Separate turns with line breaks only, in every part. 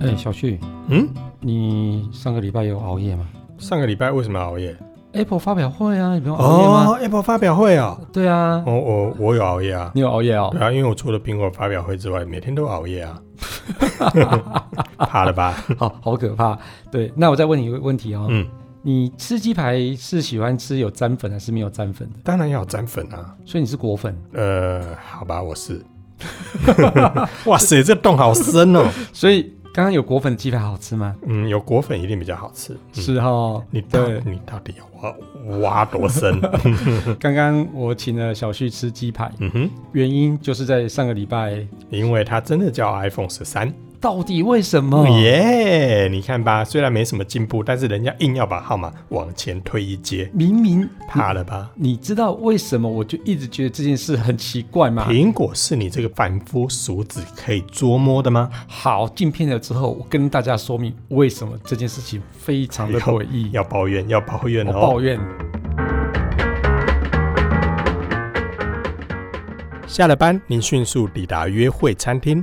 哎、小旭，
嗯，
你上个礼拜有熬夜吗
上个礼拜为什么熬夜？哦
？Apple 发表会啊，你不用熬夜吗？
，Apple 发表会啊、
对啊，
哦，我我有熬夜啊。
你有熬夜哦
对？啊，因为我除了苹果发表会之外，每天都熬夜 啊。怕了吧？
好好可怕。对，那我再问你一个问题哦，
嗯，
你吃鸡排是喜欢吃有沾粉还是没有沾粉的？
当然要沾粉啊。
所以你是果粉，
呃，好吧，我是。 哇塞，这洞好深哦。
所以刚刚有果粉的鸡排好吃吗？
嗯，有果粉一定比较好吃。嗯、
是哦，
你到
对，
你到底要挖挖多深？
刚刚我请了小旭吃鸡排，
嗯哼，
原因就是在上个礼拜，
因为它真的叫 iPhone 十三、
到底为什
哦
么？
耶！Oh 你看吧，虽然没什么进步，但是人家硬要把号码往前推一阶，
明明
怕了吧？
你知道为什么我就一直觉得这件事很奇怪吗？
苹果是你这个凡夫俗子可以捉摸的吗？
好，镜片了之后，我跟大家说明为什么这件事情非常的诡异。
要抱怨，要抱怨
我
哦！
抱怨，
下了班，您迅速抵达约会餐厅，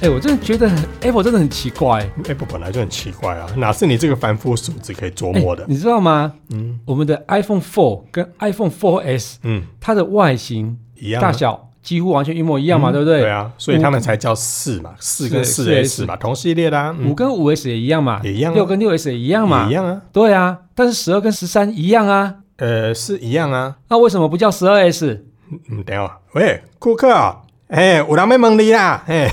哎、我真的觉得很 Apple 真的很奇怪、哎
Apple 本来就很奇怪啊，哪是你这个凡夫俗子可以琢磨的？
哎你知道吗？
嗯
我们的 iPhone 4跟 iPhone 4S
嗯，
它的外形、
一样啊
大小几乎完全一模一样嘛，
嗯
对不对？
对啊，所以他们才叫四嘛，四跟
是
四 S 嘛，同系列的啊，
五、跟五 S 嗯也一样嘛，
也一样啊
六跟六 S 也一样
嗯、
嘛，
也一样啊，
对啊，但是十二跟十三一样啊，
呃，是一样啊。
那为什么不叫十二 S？
嗯，等一下，喂，顾客啊，哎，有人要问你啦，哎，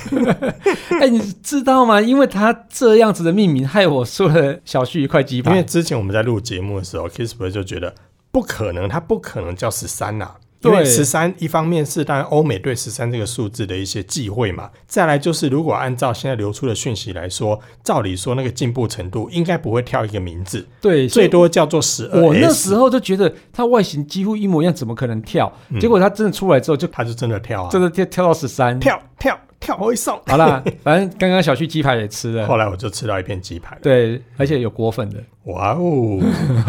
哎、你知道吗？因为它这样子的命名，害我输了小旭一块鸡
因为
排。
之前我们在录节目的时候，Kiss Boy 就觉得不可能，他不可能叫十三呐。因为
对
十三，一方面是当然欧美对十三这个数字的一些忌讳嘛，再来就是如果按照现在流出的讯息来说，照理说那个进步程度应该不会跳一个名字，
对，所
最
以
多叫做十二。
我那时候就觉得它外形几乎一模一样，怎么可能跳？结果它真的出来之后就，
他就真的跳啊，
真的跳跳到十三。
跳跳跳会送。
好啦，反正刚刚小旭鸡排也吃 了，
后来我就吃到一片鸡排了，
对，而且有果粉的，
哇哦，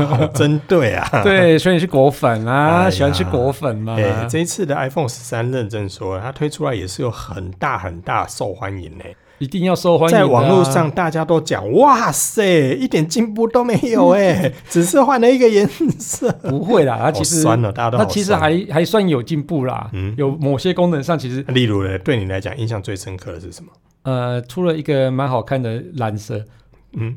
好针 对啊！
对，所以你是果粉
哎
啊，
呀
喜欢吃果粉嘛？
哎、这一次的 iPhone 十三，认真说，它推出来也是有很大很大受欢迎呢、
一定要受欢迎的啊。
在网络上大家都讲，哇塞，一点进步都没有哎、 只是换了一个颜色。
不会啦，它其
好
实
酸哦大家都
它
好
其实
酸
还还算有进步啦，
嗯
有某些功能上其实
例如呢，对你来讲印象最深刻的是什么？
呃出了一个蛮好看的蓝色，
嗯，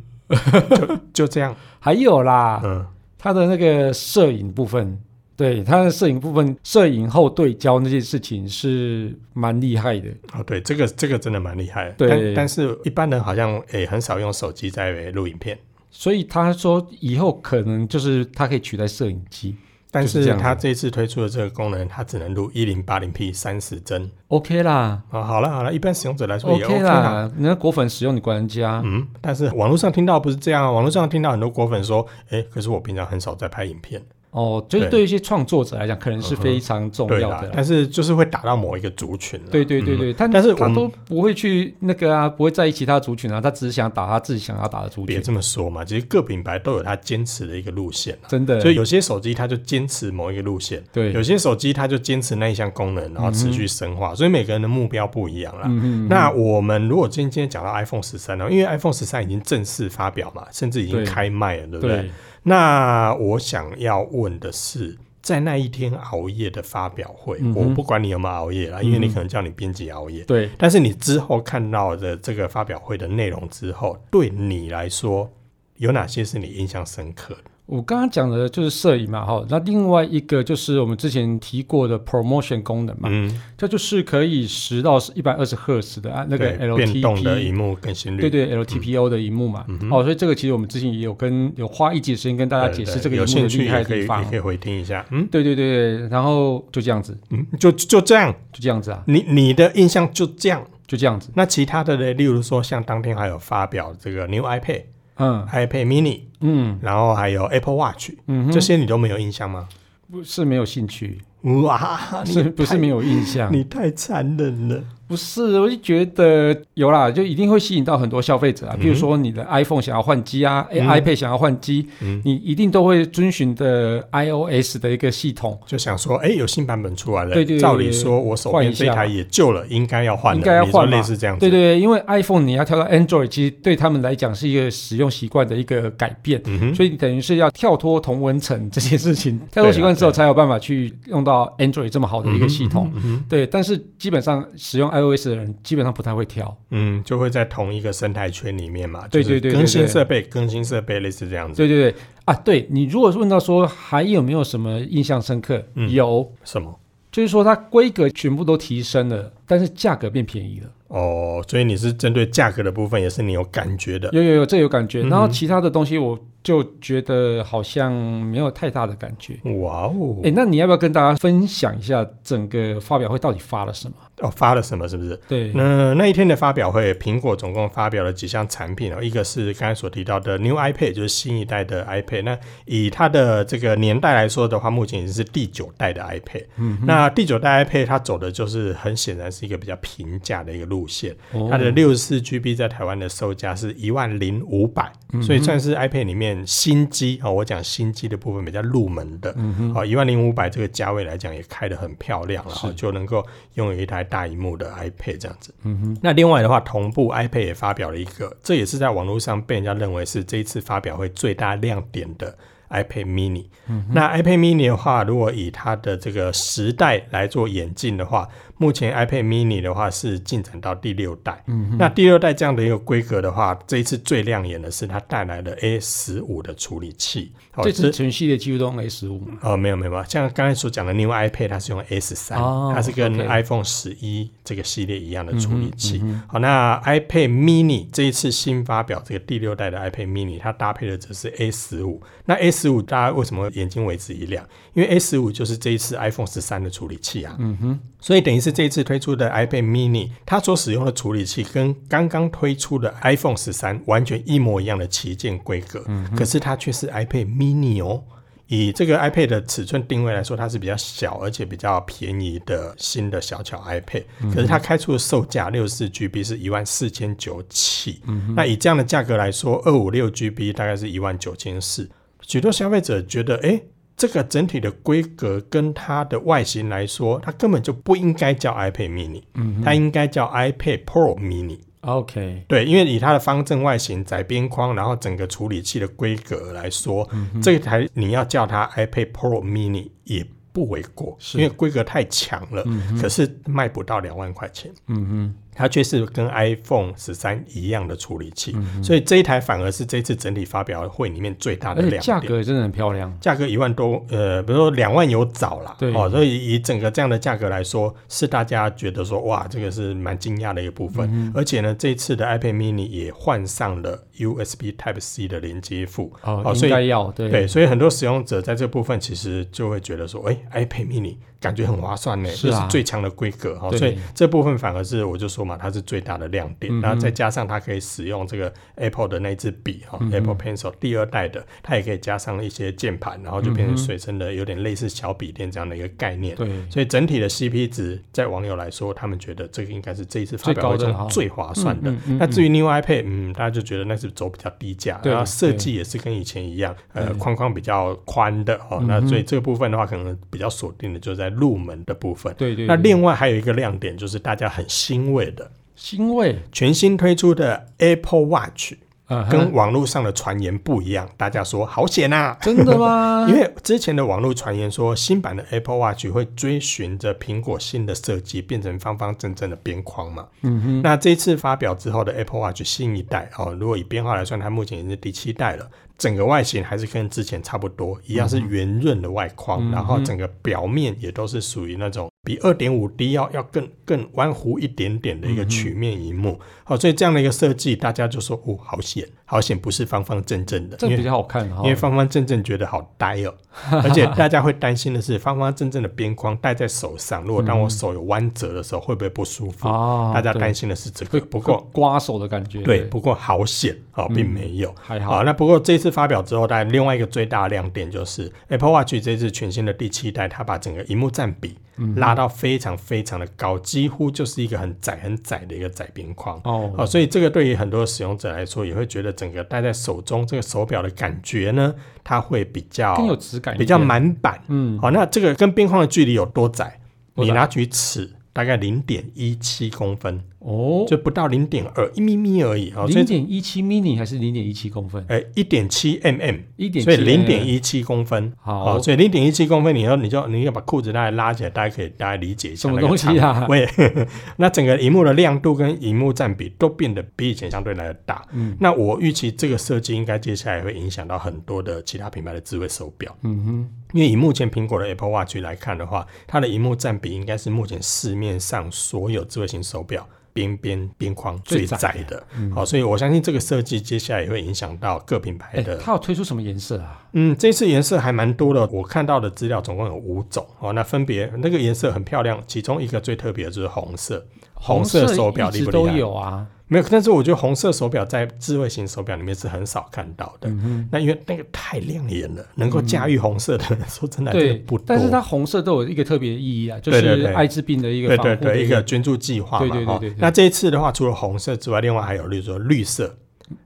就就这样，
还有啦，
嗯，
它的那个摄影部分，对它的摄影部分，摄影后对焦那件事情是蛮厉害的。
哦，对，这个这个真的蛮厉害的。
对
但但是一般人好像也、很少用手机在录影片。
所以他说以后可能就是它可以取代摄影机
但
就是这
是
样子
它这次推出的这个功能，它只能录一零八零 P 三十帧
，OK 啦
啊。好了好了，一般使用者来说也 OK
，OK
啦。
啦，那果粉使用你管人家，
嗯，但是网络上听到不是这样啊，网络上听到很多果粉说，哎、可是我平常很少在拍影片，
哦，就是
对
对一些创作者来讲，可能是
嗯哼
非常重
对
要
啦
的，啦。
但是就是会打到某一个族群啦，啊
对对对对，他
嗯但是我
他
们
都不会去那个啊，不会在意其他族群啊，他只是想打他自己想要打的族
别
群，
这么说嘛，其实各品牌都有它坚持的一个路线啊。
真的。
所以有些手机它就坚持某一个路线，
对
有些手机它就坚持那一项功能，然后持续深化，所以每个人的目标不一样啦。
嗯嗯，
那我们如果今天今天讲到 iPhone 十三呢，哦因为 iPhone 十三已经正式发表嘛，甚至已经
对
开卖了，对不对？
对，
那我想要问的是，在那一天熬夜的发表会，
嗯哼
我不管你有没有熬夜啦，因为你
嗯哼
可能叫你编辑熬夜，
对，
但是你之后看到的这个发表会的内容之后，对你来说有哪些是你印象深刻的？
我刚刚讲的就是摄影嘛，哈，那另外一个就是我们之前提过的 promotion 功能嘛，
嗯，
这就是可以十到一百二十赫兹的啊那个
对变动的
LTP，
荧幕嗯更新率，
对对 LTPO 的荧幕嘛，哦，所以这个其实我们之前也有跟有花一节时间跟大家
对
解
呃对
释这个
有
荧幕的
兴趣
厉害
也
的
可以
地方
也可，以回听一下。嗯
对对对对，然后就这样子，
嗯，就就这样，
就这样子啊，
你你的印象就这样。
就这样子，
那其他的呢？例如说，像当天还有发表这个 New iPad、
嗯
iPad Mini，
嗯
然后还有 Apple Watch，
嗯哼，
这些你都没有印象吗？
不是没有兴趣，
哇，啊你
是不是
太
没有印象？
你太残忍了。
不是，我就觉得有啦，就一定会吸引到很多消费者啊。比如
嗯哼
说你的 iPhone 想要换机啊，哎、
嗯
iPad 想要换机，
嗯
你一定都会遵循的 iOS 的一个系统。
就想说，哎、有新版本出来了，
对对对
照理说我手边
换一
这
下
台也旧了，应该要换了，
应该要换
你
嘛
说类似这样子，
对对，因为 iPhone 你要跳到 Android，其实对他们来讲是一个使用习惯的一个改变，
嗯哼，
所以等于是要跳脱同温层这件事情，跳脱习惯之
对
后
啦对啦
才有办法去用到 Android 这么好的一个系统。
嗯哼，
对，但是基本上使用 iOS 的人基本上不太会挑。
嗯，就会在同一个生态圈里面嘛，
对对对
就
对
是更新
对
设备，更新设备类似这样子，
对对对啊，对你如果是问到说还有没有什么印象深刻，
嗯
有，
什么？
就是说它规格全部都提升了，但是价格变便宜了。
哦，所以你是针对价格的部分，也是你有感觉的，
有有有，这有感觉。
嗯哼
然后其他的东西我就觉得好像没有太大的感觉。
哇哦，
哎，那你要不要跟大家分享一下整个发表会到底发了什么？
哦，发了什么？是不是？
对，
那那一天的发表会，苹果总共发表了几项产品哦，一个是刚才所提到的 New iPad，就是新一代的 iPad。那以它的这个年代来说的话，目前已经是第九代的 iPad。
嗯哼，
那第九代 iPad 它走的就是很显然是一个比较平价的一个路线，
哦
它的六十四 GB 在台湾的售价是一万零五百，所以算是 iPad 里面新机哦，我讲新机的部分比较入门的，哦，一万零五百这个价位来讲也开得很漂亮了，哦就能够拥有一台大荧幕的 iPad 这样子。那另外的话，同步 iPad 也发表了一个，这也是在网络上被人家认为是这一次发表会最大亮点的 iPad mini。那
嗯
iPad mini 的话，如果以它的这个时代来做演进的话，目前 iPad mini 的话是进展到第六代。
嗯
那第六代这样的一个规格的话，这一次最亮眼的是它带来了 A 十五的处理器。哦好
这次全系列几乎都用 A 十五嘛。
哦，没有没有，没有像刚才所讲的 New iPad，它是用 S 三、
哦
它是跟
OK
iPhone 十一这个系列一样的处理器。
嗯
好，那 iPad mini 这一次新发表这个第六代的 iPad mini，它搭配的则是 A 十五。那 A 十五大家为什么眼睛为之一亮？因为 A 十五就是这一次 iPhone 十三的处理器啊。
嗯哼，
所以等于是这一次推出的 iPad mini，它所使用的处理器跟刚刚推出的 iPhone 十三完全一模一样的旗舰规格，可是它却是 iPad mini 哦。以这个 iPad 的尺寸定位来说，它是比较小而且比较便宜的新的小巧 iPad，、可是它开出的售价六十四 GB 是一万四千九起，那以这样的价格来说，二五六 GB 大概是一万九千四，许多消费者觉得，诶。这个整体的规格跟它的外形来说，它根本就不应该叫 iPad mini，、它
嗯
应该叫 iPad Pro mini。
，OK，
对，因为以它的方正外形、窄边框，然后整个处理器的规格来说，
嗯
这台你要叫它 iPad Pro mini 也不为过，因为规格太强了，可是卖不到两万块钱。
嗯哼，
它却是跟 iPhone 十三一样的处理
嗯
器，所以这一台反而是这次整体发表会里面最大的
而且
亮点。
价格真的很漂亮。
价格一万多，呃，比如说两万有找啦，
对
哦，所以以整个这样的价格来说，是大家觉得说哇，这个是蛮惊讶的一个部分。而且呢，这一次的 iPad mini 也换上了 USB Type C 的连接副，
哦，
所
应该
以
要对
对，所以很多使用者在这部分其实就会觉得说，哎、i p a d mini 感觉很划算呢，
是啊
这是最强的规格哈、哦，
对
所以这部分反而是我就说嘛，它是最大的亮点。
嗯
然后再加上它可以使用这个 Apple 的那支笔哈、a
嗯
p p l e Pencil 第二代的，它也可以加上一些键盘，然后就变成随身的有点类似小笔电这样的一个概念。
对
所以整体的 CP 值，在网友来说，他们觉得这个应该是这一次发表会
最高的
中
哈
最划算的。
嗯嗯嗯
那至于 New iPad，嗯，大家就觉得那是走比较低价，
对
然后设计也是跟以前一样，呃，
对嗯
框框比较宽的哦。那所以这个部分的话，可能比较锁定的就是在入门的部分。
对对，
那
对
另外还有一个亮点，就是大家很欣慰的，
欣慰，
全新推出的 Apple Watch
啊，
跟网络上的传言不一样，大家说好险啊！
真的 吗？
因为之前的网络传言说，新版的 Apple Watch 会追寻着苹果新的设计，变成方方正正的边框嘛。
嗯哼，
那这一次发表之后的 Apple Watch 新一代哦，如果以编号来算，它目前已经是第七代了。整个外形还是
嗯
跟之前差不多，一样是圆润的外框，然后整个表面也都是属于那种比二点五 D 要要更更弯弧一点点的一
嗯
个曲面荧幕。好、所以这样的一个设计，大家就说哦，好险，好险，不是方方正正的，
这
因
比
为。
较好看哈、
因为方方正正觉得好呆哦， 而且大家会担心的是，方方正正的边框戴在手上，如果当我手有弯折的时候，会不会不舒服？
啊，
大家
对
担心的是这个
会，
不
会
过
刮手的感觉，
哦对，不过好险哦，并没有。
还
好、
好，
那不过这次发表之后，当然另外一个最大的亮点就是 Apple Watch 这次全新的第七代，它把整个荧幕占比拉到非常非常的高，几乎就是一个很窄很窄的一个窄边框。
哦，
哦，所以这个对于很多使用者来说，也会觉得整个戴在手中这个手表的感觉呢，它会比较
更有质感一点，
比较满版。
嗯，
好、那这个跟边框的距离有多窄？
多窄
你拿举尺，大概零点一七公分，
哦，
就不到零点二一咪咪而已。哦，所
零
以这
点一七 mini 还是零点一七公分，
呃一点七 mm。
一点，嗯哎
所以零点，一七公分，
好
哦，所以零点一七公分，你要你就你要把裤子大概拉起来，大家可以大概理解一下
什么
那个
东
长
西啊？
喂， 那整个荧幕的亮度跟荧幕占比都变得比以前相对来的大。
嗯
那我预期这个设计应该接下来会影响到很多的其他品牌的智慧手表，
嗯哼，
因为以目前苹果的 Apple Watch 来看的话，它的荧幕占比应该是目前市面上所有智慧型手表。边边边框最
最窄嗯
窄的，好、所以我相信这个设计接下来也会影响到各品牌
哎
的，
它有推出什么颜色啊？
嗯，这次颜色还蛮多的，我看到的资料总共有五种哦。那分别那个颜色很漂亮，其中一个最特别的就是红色，红色手表
一
厉
直
不
都
厉害？
有啊，
没有，但是我觉得红色手表在智慧型手表里面是很少看到的。
嗯哼。
那因为那个太亮眼了，能够驾驭红色的人，说真的还真
对
的不多。
但是它红色都有一个特别的意义啊，就
对对
是
对
艾滋病的一个
对
防护
对
的
对，一个捐助计划嘛，
对对对
哦
对对
那这一次的话，除了红色之外，另外还有例如说绿色、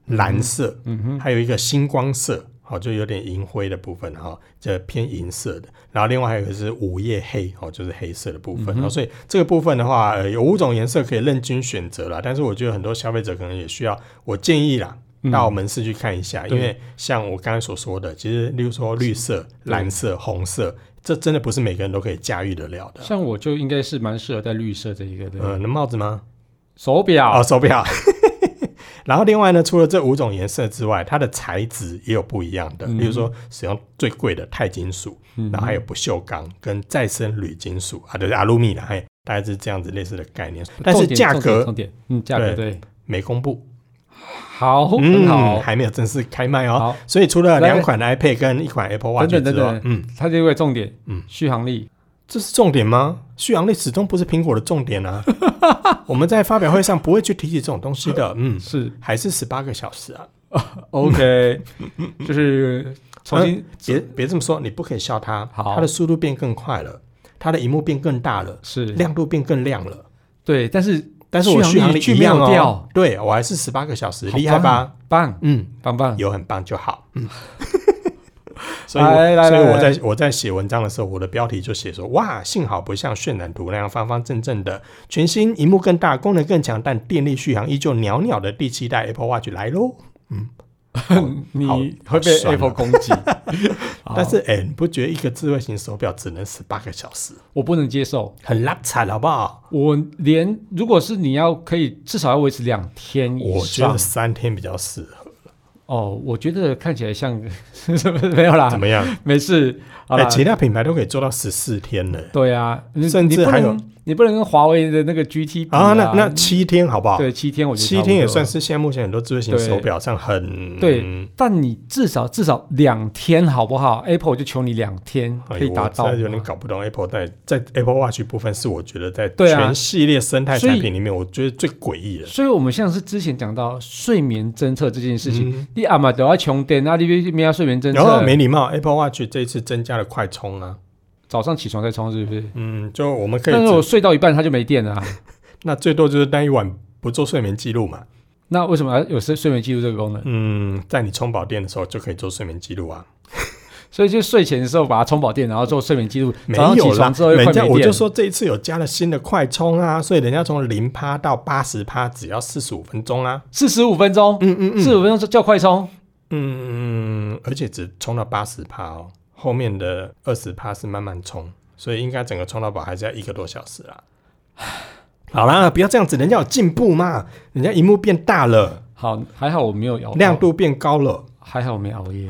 蓝色，嗯哼，还有一个星光色，好、就有点银灰的部分哈、这偏银色的。然后另外还有一个是午夜黑，哦，就是黑色的部
嗯
分。哦，所以这个部分的话，呃，有五种颜色可以任君选择啦。但是我觉得很多消费者可能也需要，我建议啦。
嗯
到门市去看一下，因为像我刚才所说的，其实例如说绿色、蓝色、红色，这真的不是每个人都可以驾驭得了的。
像我就应该是蛮适合戴绿色这一个的
呃，那帽子吗？
手表
哦，手表。 然后另外呢，除了这五种颜色之外，它的材质也有不一样
嗯
的，例如说使用最贵的钛金属，然后还有不锈钢跟再生铝金属啊，就是阿鲁米啦，嘿，大概是这样子类似的概念，但是
重点
价
重点
格
重点，嗯，价格
对
对，
没公布，嗯
好，哦很好，
还没有正式开卖哦。
好，
所以除了
来
两款 iPad 跟一款 Apple Watch 之外，
等等等等
嗯，
它这个重点，
嗯
嗯，续航力，
这是重点吗？续航力始终不是苹果的重 点啊。我们在发表会上不会去提起这种东西的，嗯，
是
还是十八个小时啊。
OK，就是重新
别别这么说，你不可以笑它，
好
它的速度变更快了，它的荧幕变更大了，
是
亮度变更亮了，
对，但是
但是我
续
续
航
航
力
力
却
一
没
样
有
哦
掉，
对我还是十八个小时，
好
厉害吧？
棒
嗯，
棒棒，
有很棒就好，嗯。 所以我，
来来
所以
来
我
来
在我在写文章的时候，我的标题就写说：哇，幸好不像渲染图那样方方正正的，全新荧幕更大，功能更强，但电力续航依旧袅袅的第七代 Apple Watch 来喽。
你
好
会被
爽啊
Apple 攻 击，好
但是，哎、你不觉得一个智慧型手表只能十八个小时，
我不能接受，
很拉惨，好不好？
我连如果是你要可以至少要维持两天以
我觉
上
得，三天比较适合，
哦，我觉得看起来像没有啦
怎，么样？
没事，啊好
哎、
啦，
其他品牌都可以做到十四天呢。
对啊，你
甚至
你不
还
能
有
你不能跟华为的那个 GT 比
啊，那那七天好不好？
嗯对七天我觉得
七
差不
天也
多
算是现在目前很多智慧型
对
手表上很
对
嗯
但你至少至少两天好不好？Apple 就求你两天
哎
可以达到
我
嘛。
实在有点搞不懂 Apple 在在 Apple Watch 部分是我觉得在
对啊
全系列生态
所以
产品里面，我觉得最诡异的。
所以，我们像是之前讲到睡眠侦测这件事情，
嗯
你阿玛都要穷点，那你别没要睡眠侦
然后
测，
没礼貌，Apple Watch 这一次增加了快充啊，
早上起床再充是不是？
嗯，就我们可以
但是我
只，
睡到一半它就没电了、啊，
那最多就是那一晚不做睡眠记录嘛，
那为什么要有睡睡眠记录这个功 能？
嗯，在你充饱电的时候就可以做睡眠记录啊，
所以就睡前的时候把它充饱电，然后做睡眠记录，
没
早上
有
起
啦
床之后，又快
人
没
家
电。
我就说这一次有加了新的快充啊，所以人家从零趴到八十趴只要四十五分钟啊。
四十五分钟，
嗯嗯
四十五分钟叫快充，
嗯，而且只充到八十趴哦，后面的二十趴是慢慢充，所以应该整个充到饱还是要一个多小时啦。好啦，不要这样子，人家有进步嘛，人家荧幕变大了，
好，还好我没有熬
亮，度变高了。
还好我没熬夜。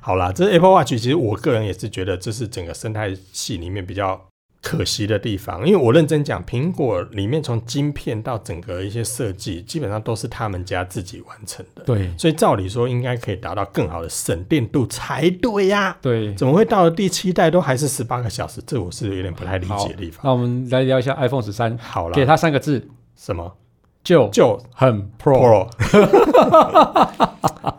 好啦，这 Apple Watch 其实我个人也是觉得这是整个生态系里面比较可惜的地方，因为我认真讲，苹果里面从晶片到整个一些设计，基本上都是他们家自己完成的，
对
所以照理说应该可以达到更好的省电度才对呀、
对。
怎么会到了第七代都还是十八个小时？这我是有点不太理解的地方。
那我们来聊一下 iPhone 十三，
好
给
了，
它三个字，
什么
就
就
很 Pro。
Pro？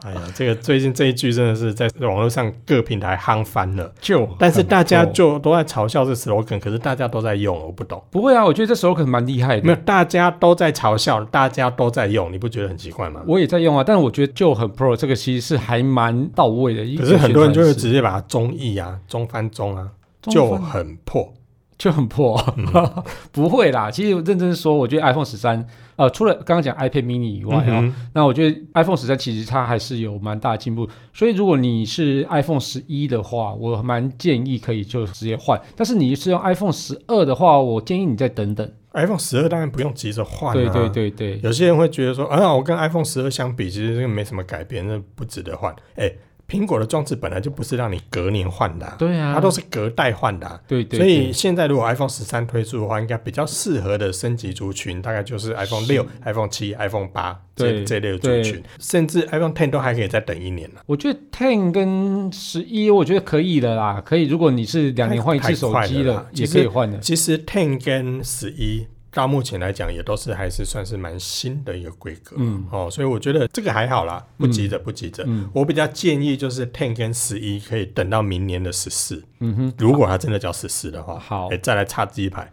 哎 呀，这个最近这一句真的是在网络上各平台夯翻了，
就很
但是大家
Pro
就都在嘲笑这 slogan，可是大家都在用，我不懂。
不会啊，我觉得这时候可能蛮厉害
没
的。
有，大家都在嘲笑，大家都在用，你不觉得很奇怪吗？
我也在用啊，但我觉得就很 Pro 这个其实是还蛮到位的一
可
个
是
宣传词。
很多人就会直接把它中译啊，中翻中啊，
中
就
分
很破。
就很破，
嗯
不会啦。其实认真说，我觉得 iPhone 十三，呃，除了刚刚讲 iPad mini 以外啊、
嗯
那我觉得 iPhone 十三其实它还是有蛮大的进步。所以如果你是 iPhone 十一的话，我蛮建议可以就直接换。但是你是用 iPhone 十二的话，我建议你再等等。
iPhone 十二当然不用急着换、啊，
对对对对，
有些人会觉得说，啊，我跟 iPhone 十二相比，其实这个没什么改变，那不值得换。哎、苹果的装置本来就不是让你隔年换的啊、
对啊，
它都是隔代换的啊、
对对对，
所以现在如果 iPhone 十三推出的话，应该比较适合的升级族群，大概就是 iPhone 六、iPhone 七、iPhone 八这
对
这类的族
对
群，甚至 iPhone Ten 都还可以再等一年呢、
我觉得 Ten 跟十一，我觉得可以的啦，可以。如果你是两年换一次手机
太快了啦
了，也可以换的。
其实 Ten 跟十一到目前来讲，也都是还是算是蛮新的一个规格。
嗯，
哦，所以我觉得这个还好啦，不急着，不急着。
嗯
我比较建议就是 Ten 跟十一可以等到明年的十四，
嗯哼，
如果它真的叫十四的话，
好
哎，再来插鸡排，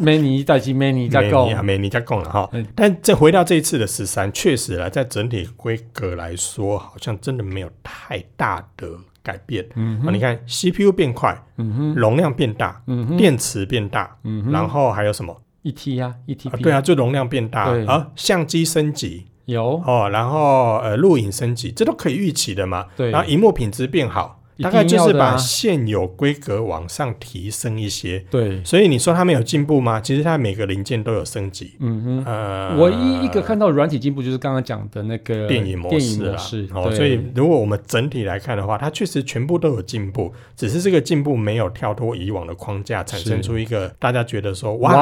，Many 代替 Many 在购
没你，啊，没你加供了哈
嗯。
但再回到这一次的十三，确实啦，在整体规格来说，好像真的没有太大的改变。
嗯
啊，你看 CPU 变快，
嗯哼，
容量变大，
嗯哼，
电池变大，
嗯哼，
然后还有什么？
一 T 啊，一 T
啊
P，
对啊，就容量变大
对
啊，相机升级
有，
哦，然后呃，录影升级，这都可以预期的嘛。
对
然后荧幕品质变好，
一
大
定
概就是
要的啊
把现有规格往上提升一些。
对，
所以你说它没有进步吗？其实它每个零件都有升级。
嗯哼。
呃，
唯一一个看到软体进步就是刚刚讲的那个
电影
呃
模
电
式
影
啦
模式，
哦，
对
所以如果我们整体来看的话，它确实全部都有进步，只是这个进步没有跳脱以往的框架，产生
是
出一个大家觉得说哇，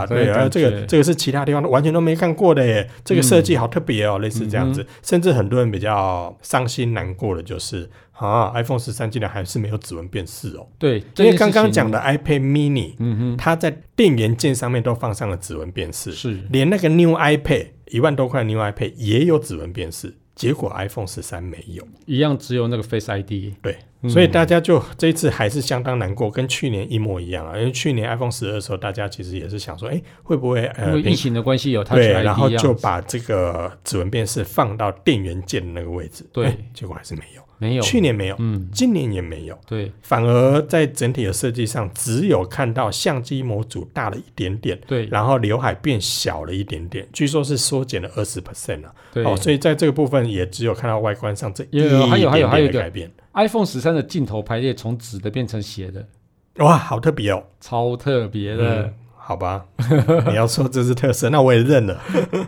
哇
对，
对
而
感
这个
觉嗯
这个是其他地方都完全都没看过的耶，这个设计好特别哦，类似这样子，甚至很多人比较伤心难过的就是啊，iPhone 十三竟然还是没有指纹辨识哦，
对，
因
这
为
件
刚刚
事情
讲的，iPad Mini，
嗯
它在电源键上面都放上了指纹辨识
哼，，是
连那个 New iPad 一万多块的 New iPad 也有指纹辨识，结果 iPhone 十三没有。
一样，只有那个 Face ID，
对，
嗯
所以大家就这一次还是相当难过，跟去年一模一样啊。因为去年 iPhone 十二的时候，大家其实也是想说，哎、会不会
因
呃，
为疫
苹
情的关系有 Touch
对，
ID
然后
啊
就把这个指纹辨识放到电源键的那个位置，
对
哎结果还是没有。
没有，
去年没有，
嗯，
今年也没有。
对
反而在整体的设计上，只有看到相机模组大了一点点，
对
然后刘海变小了一点点，据说是缩减了二十 percent 啊。
对，
哦，所以在这个部分也只有看到外观上这一
有有还有还有
点
还有一
点的
个
改变。
iPhone 十三的镜头排列从直的变成斜的，
哇，好特别哦！
超特别的
嗯。，好吧， 你要说这是特色， 那我也认了。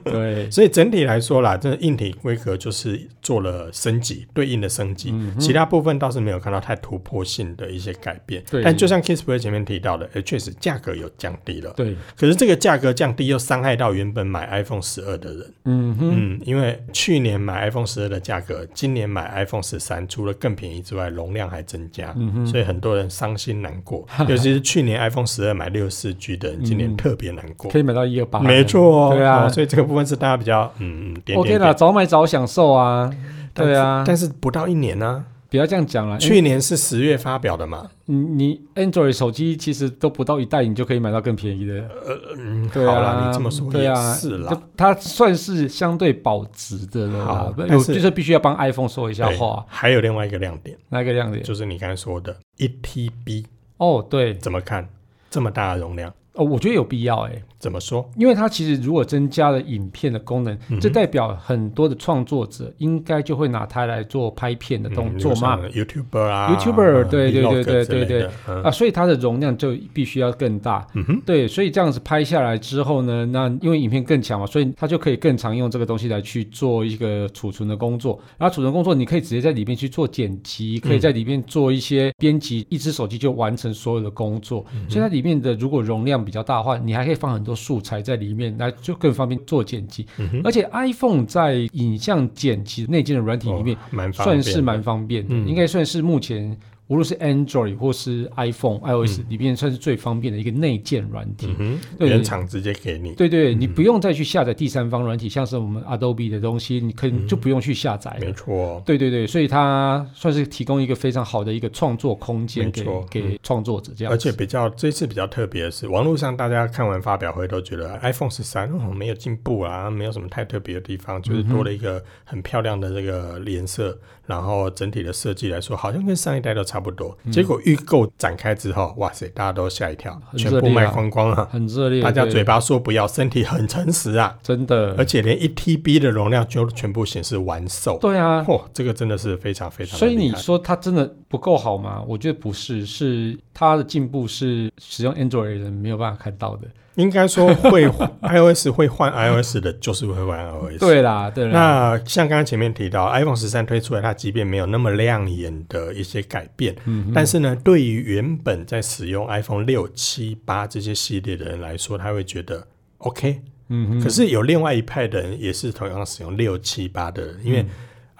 对，
所以整体来说啦，这硬体规格就是做了升级，对应的升级，
嗯
其他部分倒是没有看到太突破性的一些改变。
对
但就像 Kissplay 前面提到的，诶确实价格有降低了。
对，
可是这个价格降低又伤害到原本买 iPhone 十二的人，
嗯哼，
嗯，因为去年买 iPhone 十二的价格，今年买 iPhone 十三，除了更便宜之外，容量还增加，
嗯
所以很多人伤心难 过，
啊
尤其是去年 iPhone 十二买六四 G 的人，今年特别难
嗯
过。
可以买到一二八，
没错哦，
对啊
哦所以这个部分是大家比较嗯嗯点
，OK
点
啦，
点，
早买早享受啊，
但
对啊，哎
但是不到一年呢、
不要这样讲了，因为
去年是十月发表的嘛，
你你 Android 手机其实都不到一代，你就可以买到更便宜的，
呃嗯，
对
好啦，
啊，
你这么说
对
也
啊，
是啦
就，它算是相对保值的了
好
啦，不
但
我
是
就是必须要帮 iPhone 说一下
对
话，
还有另外一个亮点，
那个亮点，
就是你刚才说的一 TB
哦，对，
怎么看？这么大的容量，
呃，我觉得有必要哎、
怎么说？
因为它其实如果增加了影片的功能，
嗯哼
这代表很多的创作者应该就会拿它来做拍片的
嗯
动作嘛。
嘛，YouTuber 啊
YouTuber，对对
vlog
对对
之类的
对对，
嗯
啊，所以它的容量就必须要更大，
嗯哼，
对，所以这样子拍下来之后呢，那因为影片更强嘛，所以它就可以更常用这个东西来去做一个储存的工作。然后储存工作，你可以直接在里面去做剪辑，可以在里面做一些编辑，一只手机就完成所有的工作。
嗯
所以它里面的如果容量比较大的话，你还可以放很多素材在里面，来就更方便做剪辑。
嗯
而且 iPhone 在影像剪辑内建的软体里面，
哦蛮方
算
便
是蛮方便的，
嗯
应该算是目前无论是 Android 或是 iPhone、iOS 里面算是最方便的一个内建软体。
嗯哼，
对
原厂直接给你，
对对，你不用再去下载第三方软体，像是我们 Adobe 的东西，你可以就不用去下载了。
嗯没错，
对对对，所以它算是提供一个非常好的一个创作空间
没
给
错嗯
给创作者这样
而
子。
且比较这次比较特别的是，网络上大家看完发表会都觉得 iPhone 十三、哦、没有进步啊，没有什么太特别的地方，
嗯
就是多了一个很漂亮的这个颜色，然后整体的设计来说，好像跟上一代都差不多。
嗯
结果预购展开之后，哇塞，大家都吓一跳，
很
全
热
部
烈啊
卖光光了。
很热烈，
大家
对
嘴巴说不要，身体很诚实啊，
真的，
而且连一 TB 的容量就全部显示完售。
对啊。
嚯、这个真的是非常非常的
所以
厉
你
害。
说它真的不够好吗？我觉得不是，是它的进步是使用 Android 的人没有办法看到的。
应该说会 iOS 会换 iOS 的，就是会换 iOS。
对啊啦，对啦，
那像刚刚前面提到，iPhone 十三推出来，它即便没有那么亮眼的一些改变，
嗯
但是呢，对于原本在使用 iPhone 六、七、八这些系列的人来说，他会觉得 OK。
嗯哼，
可是有另外一派的人也是同样使用六、七、八的人，
嗯
因为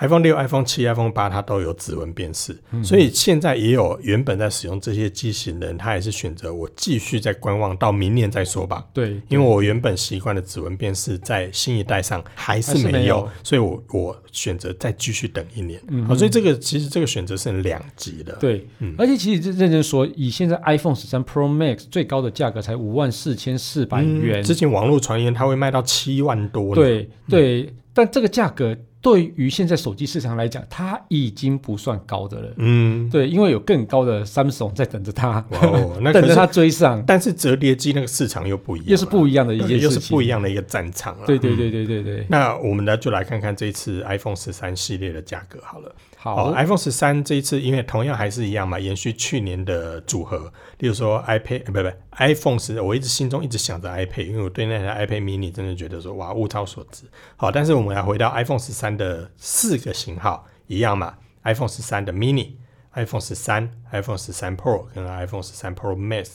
iPhone 六、iPhone 七、iPhone 八它都有指纹辨识，
嗯
所以现在也有原本在使用这些机型的人，他也是选择我继续再观望到明年再说吧。
对，
因为我原本习惯的指纹辨识在新一代上还是
还是
没有，
没有
所以我我选择再继续等一年。
嗯
好、所以这个其实这个选择是很两极的。，
对，
嗯
而且其实认真说，以现在 iPhone 十三 Pro Max 最高的价格才五万四千四百元，
之前网络传言它会卖到七万嗯多嗯呢。
对对，但这个价格对于现在手机市场来讲，它已经不算高的了。
嗯，
对，因为有更高的 Samsung 在等着它，
哇 哦，那可
等着
是
它追上，
但是折叠机那个市场又不一样了，
又是不一样的一件
对又
事
是
情。
不一样的一个战场了。
对对
嗯
对对对对，
那我们呢，就来看看这一次 iPhone 十三系列的价格好了。
好
哦、，，iPhone 十三这一次因为同样还是一样嘛，延续去年的组合，例如说 iPad，呃不不，iPhone 十，我一直心中一直想着 iPad，因为我对那台 iPad mini 真的觉得说哇物超所值。好，但是我们来回到 iPhone 十三的四个型号一样嘛，iPhone 十三的 mini、iPhone 十三、iPhone 十三 Pro 跟 iPhone 十三 Pro Max，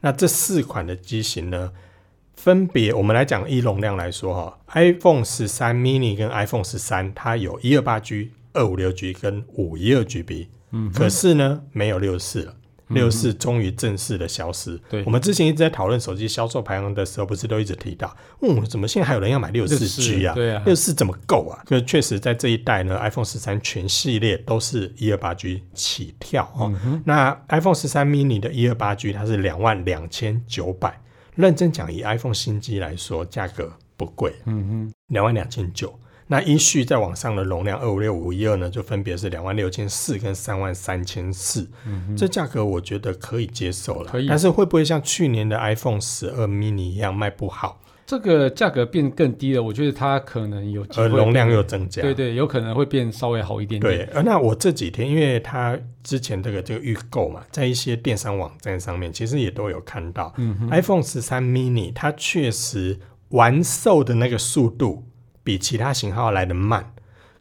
那这四款的机型呢，分别我们来讲一容量来说哈，iPhone 十三 mini 跟 iPhone 十三，它有一二八 G、二五六 G 跟五一二 GB，嗯，可是呢没有六四了。六四终于正式的消失。
对
我们之前一直在讨论手机销售排行的时候，不是都一直提到，嗯，怎么现在还有人要买六四 G 啊？
64对啊
六四怎么够啊？可是确实在这一代呢，iPhone 十三全系列都是一二八 G 起跳哦。那 iPhone 十三 mini 的一二八 G 它是两万两千九百，认真讲，以 iPhone 新机来说，价格不贵，嗯哼，两万两千九。那依序再往上的容量二五六五一二呢，就分别是两万六千四跟三万三千四，这价格我觉得嗯可以接受了。
可以
但是会不会像去年的 iPhone 十二 mini 一样卖不好，
这个价格变更低了，我觉得它可能有机
而
会，
容啊量又增加？
对对，有可能会变稍微好一点点。
对，呃，那我这几天因为它之前这个这个预购嘛，在一些电商网站上面其实也都有看到、i
嗯
p h o n e 十三 mini 它确实完售的那个速度比其他型号来的慢，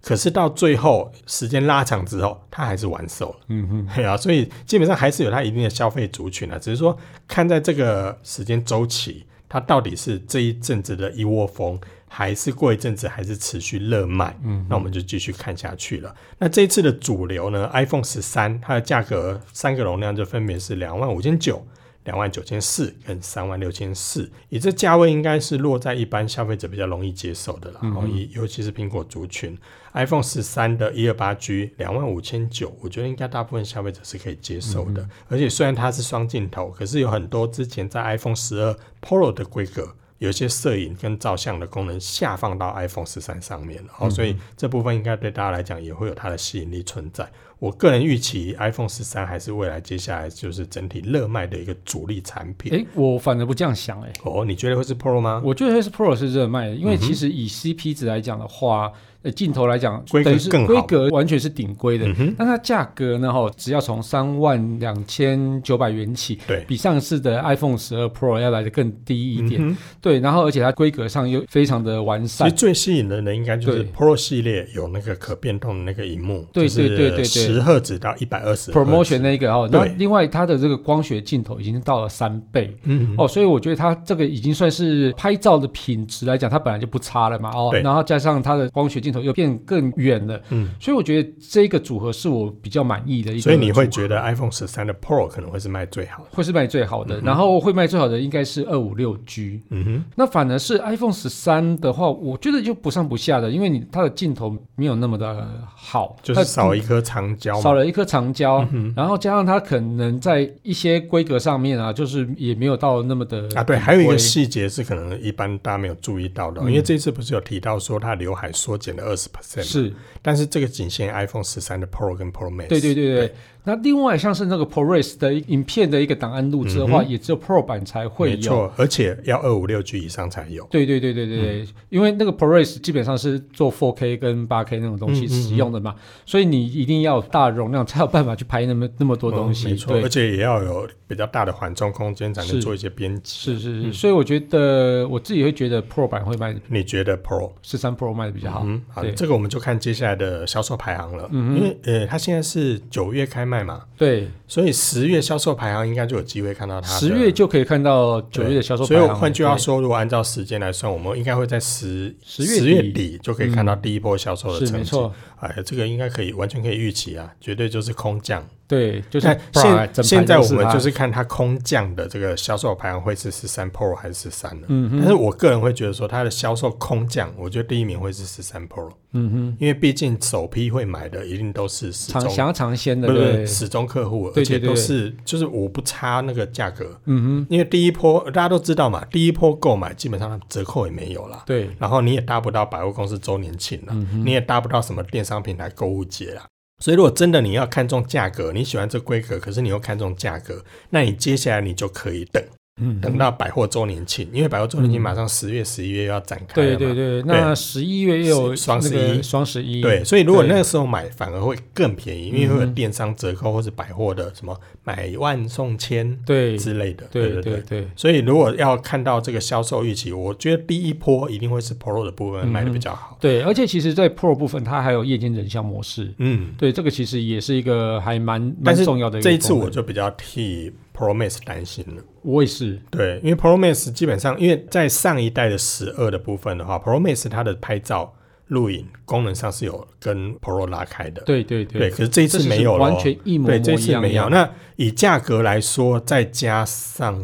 可是到最后时间拉长之后，它还是完售了。
嗯哼，
对啊，所以基本上还是有它一定的消费族群啊，只是说看在这个时间周期，它到底是这一阵子的一窝蜂，还是过一阵子还是持续热卖？嗯，那我们就继续看下去了。那这一次的主流呢，iPhone 十三它的价格三个容量就分别是两万五千九。两万九千四跟三万六千四，以这价位应该是落在一般消费者比较容易接受的啦。然后、以尤其是苹果族群，iPhone 十三的一二八 G 两万五千九，我觉得应该大部分消费者是可以接受的。而且虽然它是双镜头，可是有很多之前在 iPhone 十二 Pro 的规格。有一些摄影跟照相的功能下
嗯
放到 iPhone 十三上面了，哦，所以这部分应该对大家来讲也会有它的吸引力存在。我个人预期 iPhone 十三还是未来接下来就是整体热卖的一个主力产品。
哎，我反而不这样想哎、
哦，你觉得会是 Pro 吗？
我觉得 S Pro 是热卖的，因为
嗯哼
其实以 CP 值来讲的话，呃，镜头来讲，
规格
等于是
更
规
好
格完全是顶规的。
嗯哼，
但它价格呢？哈，只要从三万两千九百元起，
对
比上次的 iPhone 十二 Pro 要来的更低一点。
嗯哼
对，然后而且它规格上又非常的完
其实
善。
最吸引人的应该就是
对
Pro 系列有那个可变动的那个荧幕，
对对对对对
十赫兹到一百二十
Promotion 那个哦，
对
那另外它的这个光学镜头已经到了三倍
嗯
哦，所以我觉得它这个已经算是拍照的品质来讲，它本来就不差了嘛哦
对，
然后加上它的光学镜头又变更远了，
嗯，
所以我觉得这个组合是我比较满意的一个。
所以你会觉得 iPhone 十三的 Pro 可能会是卖最好的。
会是卖最好的，然后会卖最好的应该是二五六 G。
嗯哼，
那反而是 iPhone 十三的话，我觉得就不上不下的，因为你它的镜头没有那么的好，
就是少一
颗
颗长焦
少
嘛。
了一颗长焦，
嗯
然后加上它可能在一些规格上面啊，就是也没有到那么的
啊，对，还有一
贵
个细节是可能一般大家没有注意到的，
嗯
因为这次不是有提到说它刘海缩减了二十 percent，
是，
但是这个仅限 iPhone 十三的 Pro 跟 Pro Max。
对对对对
对。
那另外像是那个 ProRes 的影片的一个档案录制的话，
嗯哼
也只有 Pro 版才会
没
有。
错，而且要二五六 G 以上才有。
对对对对对
嗯
对，因为那个 ProRes 基本上是做 4K 跟 8K 那种东西
嗯嗯
使用的嘛，所以你一定要有大容量才有办法去拍那么那么多东
嗯
西。
没错，而
对，
且也要有比较大的缓冲空间才能
是
做一些编辑。
是是是，所以我觉得我自己会觉得 Pro 版会卖
你觉得 Pro
十三 Pro 卖的比较好。
嗯，好，
对
这个我们就看接下来的销售排行了。
嗯哼
因为呃，它现在是九月开卖嘛，
对，
所以十月销售排行应该就有机会看到它的。
十月就可以看到九
对
月的销售排
所
行
以
了。
换句话
对，
说，如果按照时间来算，我们应该会在十
10月底嗯
10月底就可以看到第一波销售的
是没
成绩。
错，
哎，这个应该可以完全可以预期啊，绝对就是空降。
对，就是
但
Pro 啊整
现现
盘
在
都
我们
它
就是看它空降的这个销售排行会是十三 Pro 还是十三呢？
嗯
但
哼
是我个人会觉得说，它的销售空降，我觉得第一名会是十三 Pro，
嗯哼，
因为毕竟首批会买的一定都是始
尝
终，
想要尝鲜的，
不是
对，
始终客户，而
对对
且
对
都是就是我不差那个价格，
嗯
因为第一波大家都知道嘛，第一波购买基本上折扣也没有啦
哼，，对，
然后你也搭不到百货公司周年庆啦，
嗯哼
你也搭不到什么电商平台购物节啦。所以，如果真的你要看重价格，你喜欢这规格，可是你又看重价格，那你接下来你就可以等，
嗯
等到百货周年庆，因为百货周年庆
嗯
马上十月、十一月又要展开了
对
嘛。
对对，那十一月又有
是双
那
十
个
一
双十一，
对，所以如果
对
那个时候买，反而会更便宜，因为会有
嗯哼
电商折扣或是百货的什么买万送千
对
之类的。
对
对
对
对。
对，
所以如果要看到这个销售预期，我觉得第一波一定会是 Pro 的
嗯
部分卖的比较好。
对，而且其实，在 Pro 部分，它还有夜间人像模式，
嗯，
对，这个其实也是一个还蛮蛮
但是
重要的一个
这一次
功能
我就比较替 Pro Max 担心了。
我也是，
对，因为 Pro Max 基本上，因为在上一代的十二的部分的话，Pro Max 它的拍照、录影功能上是有跟 Pro 拉开的。
对对对，
可是这一
这
次
次
没
是
有了。
完全一模模
对，这
一
次
样
没
一
有。
样，
那以价格来说，再加上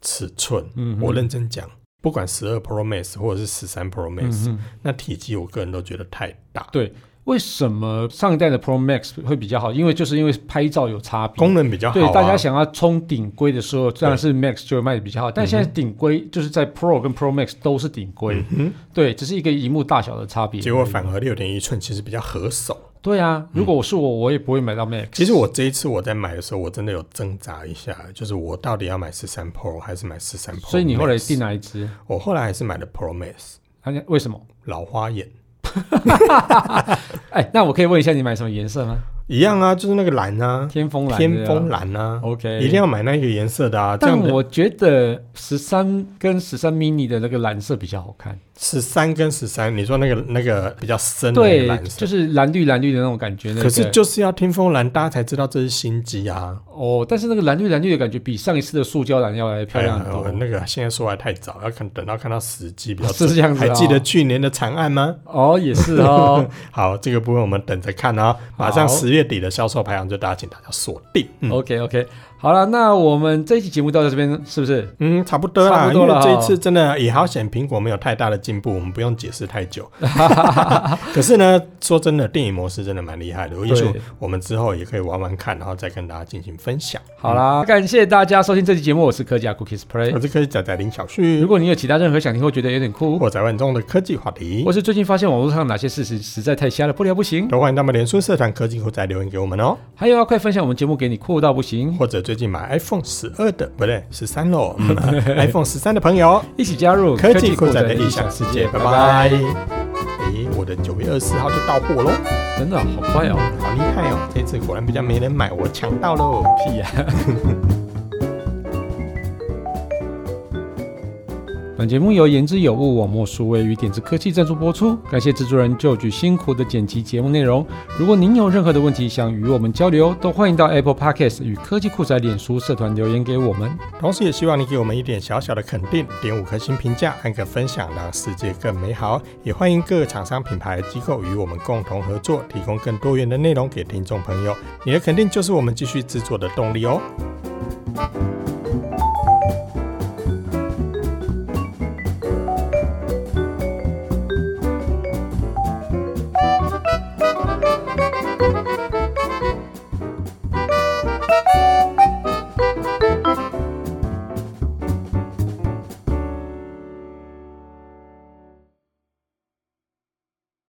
尺寸，
嗯哼
我认真讲，不管十二 Pro Max 或者是十三 Pro
嗯
Max，、
哼，
那体积我个人都觉得太大，
对。为什么上一代的 Pro Max 会比较好？因为就是因为拍照有差别，
功能比较好、
对
啊。
大家想要冲顶规的时候，当然是 Max 就会卖的比较好。但现在顶规就是在 Pro 跟 Pro Max 都是顶规，
嗯
对，只是一个荧幕大小的差别而已。
结果反而六点一寸其实比较合手。
对啊，如果我是我，我也不会买到 Max。
其实我这一次我在买的时候，我真的有挣扎一下，就是我到底要买十三 Pro 还是买十三 Pro。
所以你后来定？哪一只？
我后来还是买了 Pro Max，
啊你为什么？
老花眼
哎，那我可以问一下你买什么颜色吗？
一样啊，就是那个蓝啊，
天风蓝。
天风。蓝啊，
OK。
一定。要买那个颜色的啊。这
但
样子
我觉得十三跟十三 mini 的那个蓝色比较好看，
十三跟十三，你说那个那个比较深的那个
对
蓝，色，
就是蓝绿蓝绿的那种感觉。那个
可是就是要天风蓝，大家才知道这是新机啊。
哦，但是那个蓝绿蓝绿的感觉比上一次的塑胶蓝要来漂亮很
哎呀我
多。
那个现在说来太早，要看等到看到时机比较
哦
准。
是这样子啊
还记得去年的长按吗？
哦，也是 哦。
好，这个部分我们等着看啊。马上
好
十月底的销售排行就大家请大家锁定。嗯
OK OK，好了，那我们这一期节目到这边是不是？
嗯，差不多
差
啦，
不多了
因为这一
哈
次真的也好险，苹果没有太大的进步，我们不用解释 太久。可是呢，说真的，电影模式真的蛮厉害的，也许
对
我们之后也可以玩玩看，然后再跟大家进行分享。
好啦，感谢大家收听这期节目，我是科技阿 Cookies Play
我。是科技仔仔林小旭，
如果你有其他任何想听或觉得有点酷，
或在万众的科技话题
或，是最近发现网络上哪些事实实在太瞎了，不聊不行，
都欢迎他们脸书社团科技口仔来留言给我们哦。
还有啊，快分享我们节目给你酷到不行，
或者最近买 iPhone 十二的，不对，十三 喽、嗯，iPhone 十三的朋友，
一起加入
科技酷宅的理想世界，拜拜。诶，我的九月二十号就到货喽，
真的好快哦，
好厉害哦！这次果然比较没人买，我抢到喽。
屁呀、本节目由言之有物网络数位与点子科技赞助播出，感谢制作人就举辛苦的剪辑节目内容。如果您有任何的问题想与我们交流，都欢迎到 Apple Podcast 与科技酷宅脸书社团留言给我们。
同时也希望你给我们一点小小的肯定，点五颗星评价，按个分享，让世界更美好。也欢迎各厂商、品牌、机构与我们共同合作，提供更多元的内容给听众朋友。你的肯定就是我们继续制作的动力哦。